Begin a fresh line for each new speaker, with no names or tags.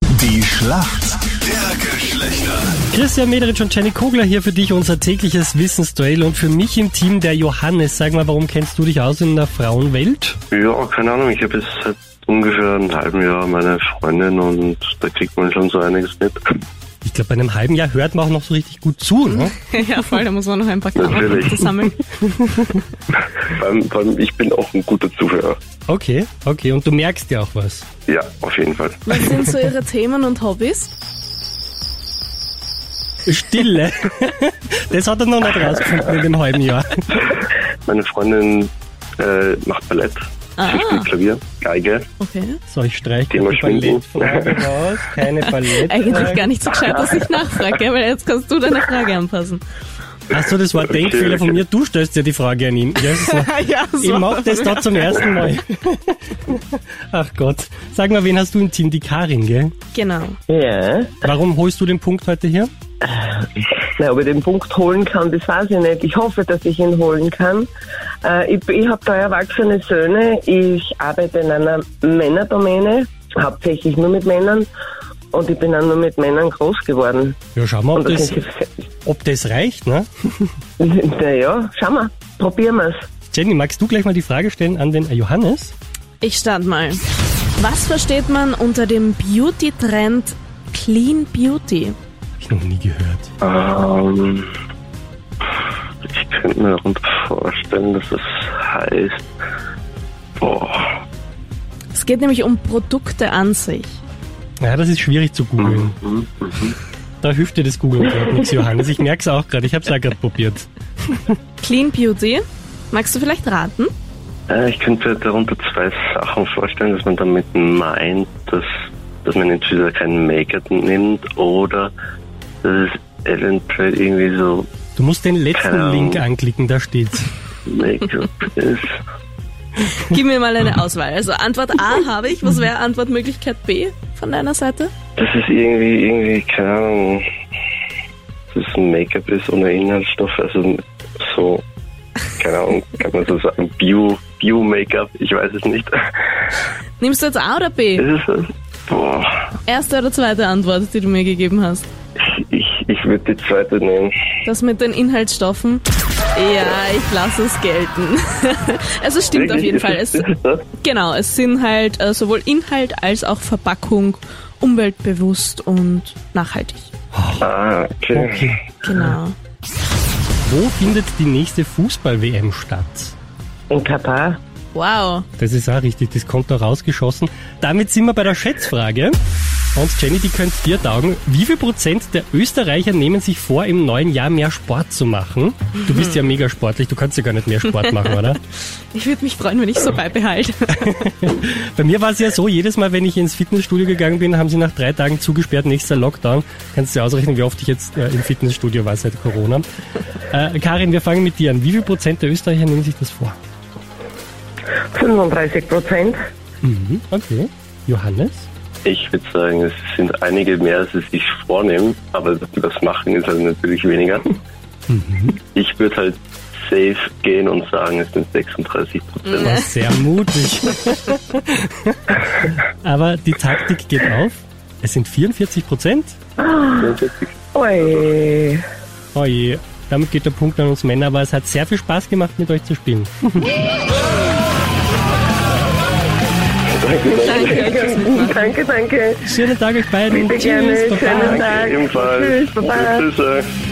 Die Schlacht der Geschlechter.
Christian Mederitsch und Jenny Kogler hier für dich, unser tägliches Wissensduell und für mich im Team der Johannes. Sag mal, warum kennst du dich aus in der Frauenwelt?
Ja, keine Ahnung. Ich habe jetzt seit ungefähr einem halben Jahr meine Freundin und da kriegt man schon so einiges mit.
Ich glaube, bei einem halben Jahr hört man auch noch so richtig gut zu, ne?
ja, voll, da muss man noch ein paar Karten
Natürlich.
sammeln.
Vor allem, vor allem, ich bin auch ein guter Zuhörer.
Okay, okay, und du merkst ja auch was.
Ja, auf jeden Fall.
Was sind so Ihre Themen und Hobbys?
Stille. Das hat er noch nicht rausgefunden in dem halben Jahr.
Meine Freundin äh, macht Ballett.
Ah.
Sie spielt Klavier, Geige.
Okay.
So, ich streiche
Thema
die
Schwimmen.
Ballettfrage raus. Keine Ballett.
Eigentlich gar nicht so gescheit, dass ich nachfrage, gell? weil jetzt kannst du deine Frage anpassen.
Hast du das Wort Denkfehler von mir? Du stellst ja die Frage an ihn. Ja, das ist
Ah,
ja,
Ich mach das da zum ersten Mal. Ach Gott. Sag mal, wen hast du im Team? Die Karin, gell?
Genau.
Ja,
Warum holst du den Punkt heute hier?
na, ob ich den Punkt holen kann, das weiß ich nicht. Ich hoffe, dass ich ihn holen kann. Äh, ich ich habe drei erwachsene Söhne. Ich arbeite in einer Männerdomäne, hauptsächlich nur mit Männern. Und ich bin auch nur mit Männern groß geworden.
Ja, schauen wir, ob
Und da
das,
sind
ob das reicht, ne?
sie, naja, schauen wir, probieren wir's.
Jenny, magst du gleich mal die Frage stellen an den Johannes?
Ich stand mal.
Was versteht man unter dem Beauty-Trend Clean Beauty?
Hab ich noch nie gehört.
Ähm, ich könnte mir darunter vorstellen, dass es heißt. Boah.
Es geht nämlich um Produkte an sich.
Ja, das ist schwierig zu googeln.
Mhm, mhm.
Da hilft dir das Googeln gerade nichts, Johannes. Ich merk's auch gerade. Ich hab's auch gerade probiert.
Clean Beauty? Magst du vielleicht raten?
Äh, Ich könnte mir darunter zwei Sachen vorstellen, dass man damit meint, dass, dass man entweder kein Make-up nimmt oder dass es eventuell irgendwie so
Du musst den letzten
Keine Ahnung.
Link anklicken, da steht's.
Make-up ist.
Gib mir mal eine Auswahl. Also Antwort A habe ich. Was wäre Antwortmöglichkeit B von deiner Seite?
Das ist irgendwie, irgendwie, keine Ahnung, dass es ein Make-up ist ohne Inhaltsstoff, also so, keine Ahnung, kann man so sagen, Bio, Bio-Make-up, ich weiß es nicht.
Nimmst du jetzt A oder B?
Ist es das? Boah,
Erste oder zweite Antwort, die du mir gegeben hast.
ich, ich würde die zweite nehmen.
Das mit den Inhaltsstoffen? Ja, ich lasse es gelten. also es stimmt auf
Wirklich?
jeden Fall.
Ist
Es,
es, ist es das?
genau, es sind halt äh, sowohl Inhalt als auch Verpackung umweltbewusst und nachhaltig.
Ah, okay.
Okay.
Genau.
Wo findet die nächste Fußball-WM statt?
In Katar.
Wow.
Das ist auch richtig, das kommt da rausgeschossen. Damit sind wir bei der Schätzfrage. Und Jenny, die könnt dir taugen. Wie viel Prozent der Österreicher nehmen sich vor, im neuen Jahr mehr Sport zu machen? Du bist ja mega sportlich, du kannst ja gar nicht mehr Sport machen, oder?
Ich würde mich freuen, wenn ich so beibehalte.
Bei mir war es ja so, jedes Mal, wenn ich ins Fitnessstudio gegangen bin, haben sie nach drei Tagen zugesperrt, nächster Lockdown. Kannst du ausrechnen, wie oft ich jetzt äh, im Fitnessstudio war seit Corona. Äh, Karin, wir fangen mit dir an. Wie viel Prozent der Österreicher nehmen sich das vor?
35 Prozent.
Mhm, okay. Johannes?
Ich würde sagen, es sind einige mehr, als es sich vornehmen, aber das Machen ist halt natürlich weniger.
Mhm.
Ich würde halt safe gehen und sagen, es sind 36 Prozent.
war sehr mutig. Aber die Taktik geht auf. Es sind 44 Prozent.
Ah. Ui.
Oh je. Damit geht der Punkt an uns Männer, aber es hat sehr viel Spaß gemacht, mit euch zu spielen.
Danke, danke.
Schönen Tag euch beiden.
Bitte gerne.
Baba.
Schönen Tag.
Ebenfalls.
Tschüss, Baba.
Tschüss. äh.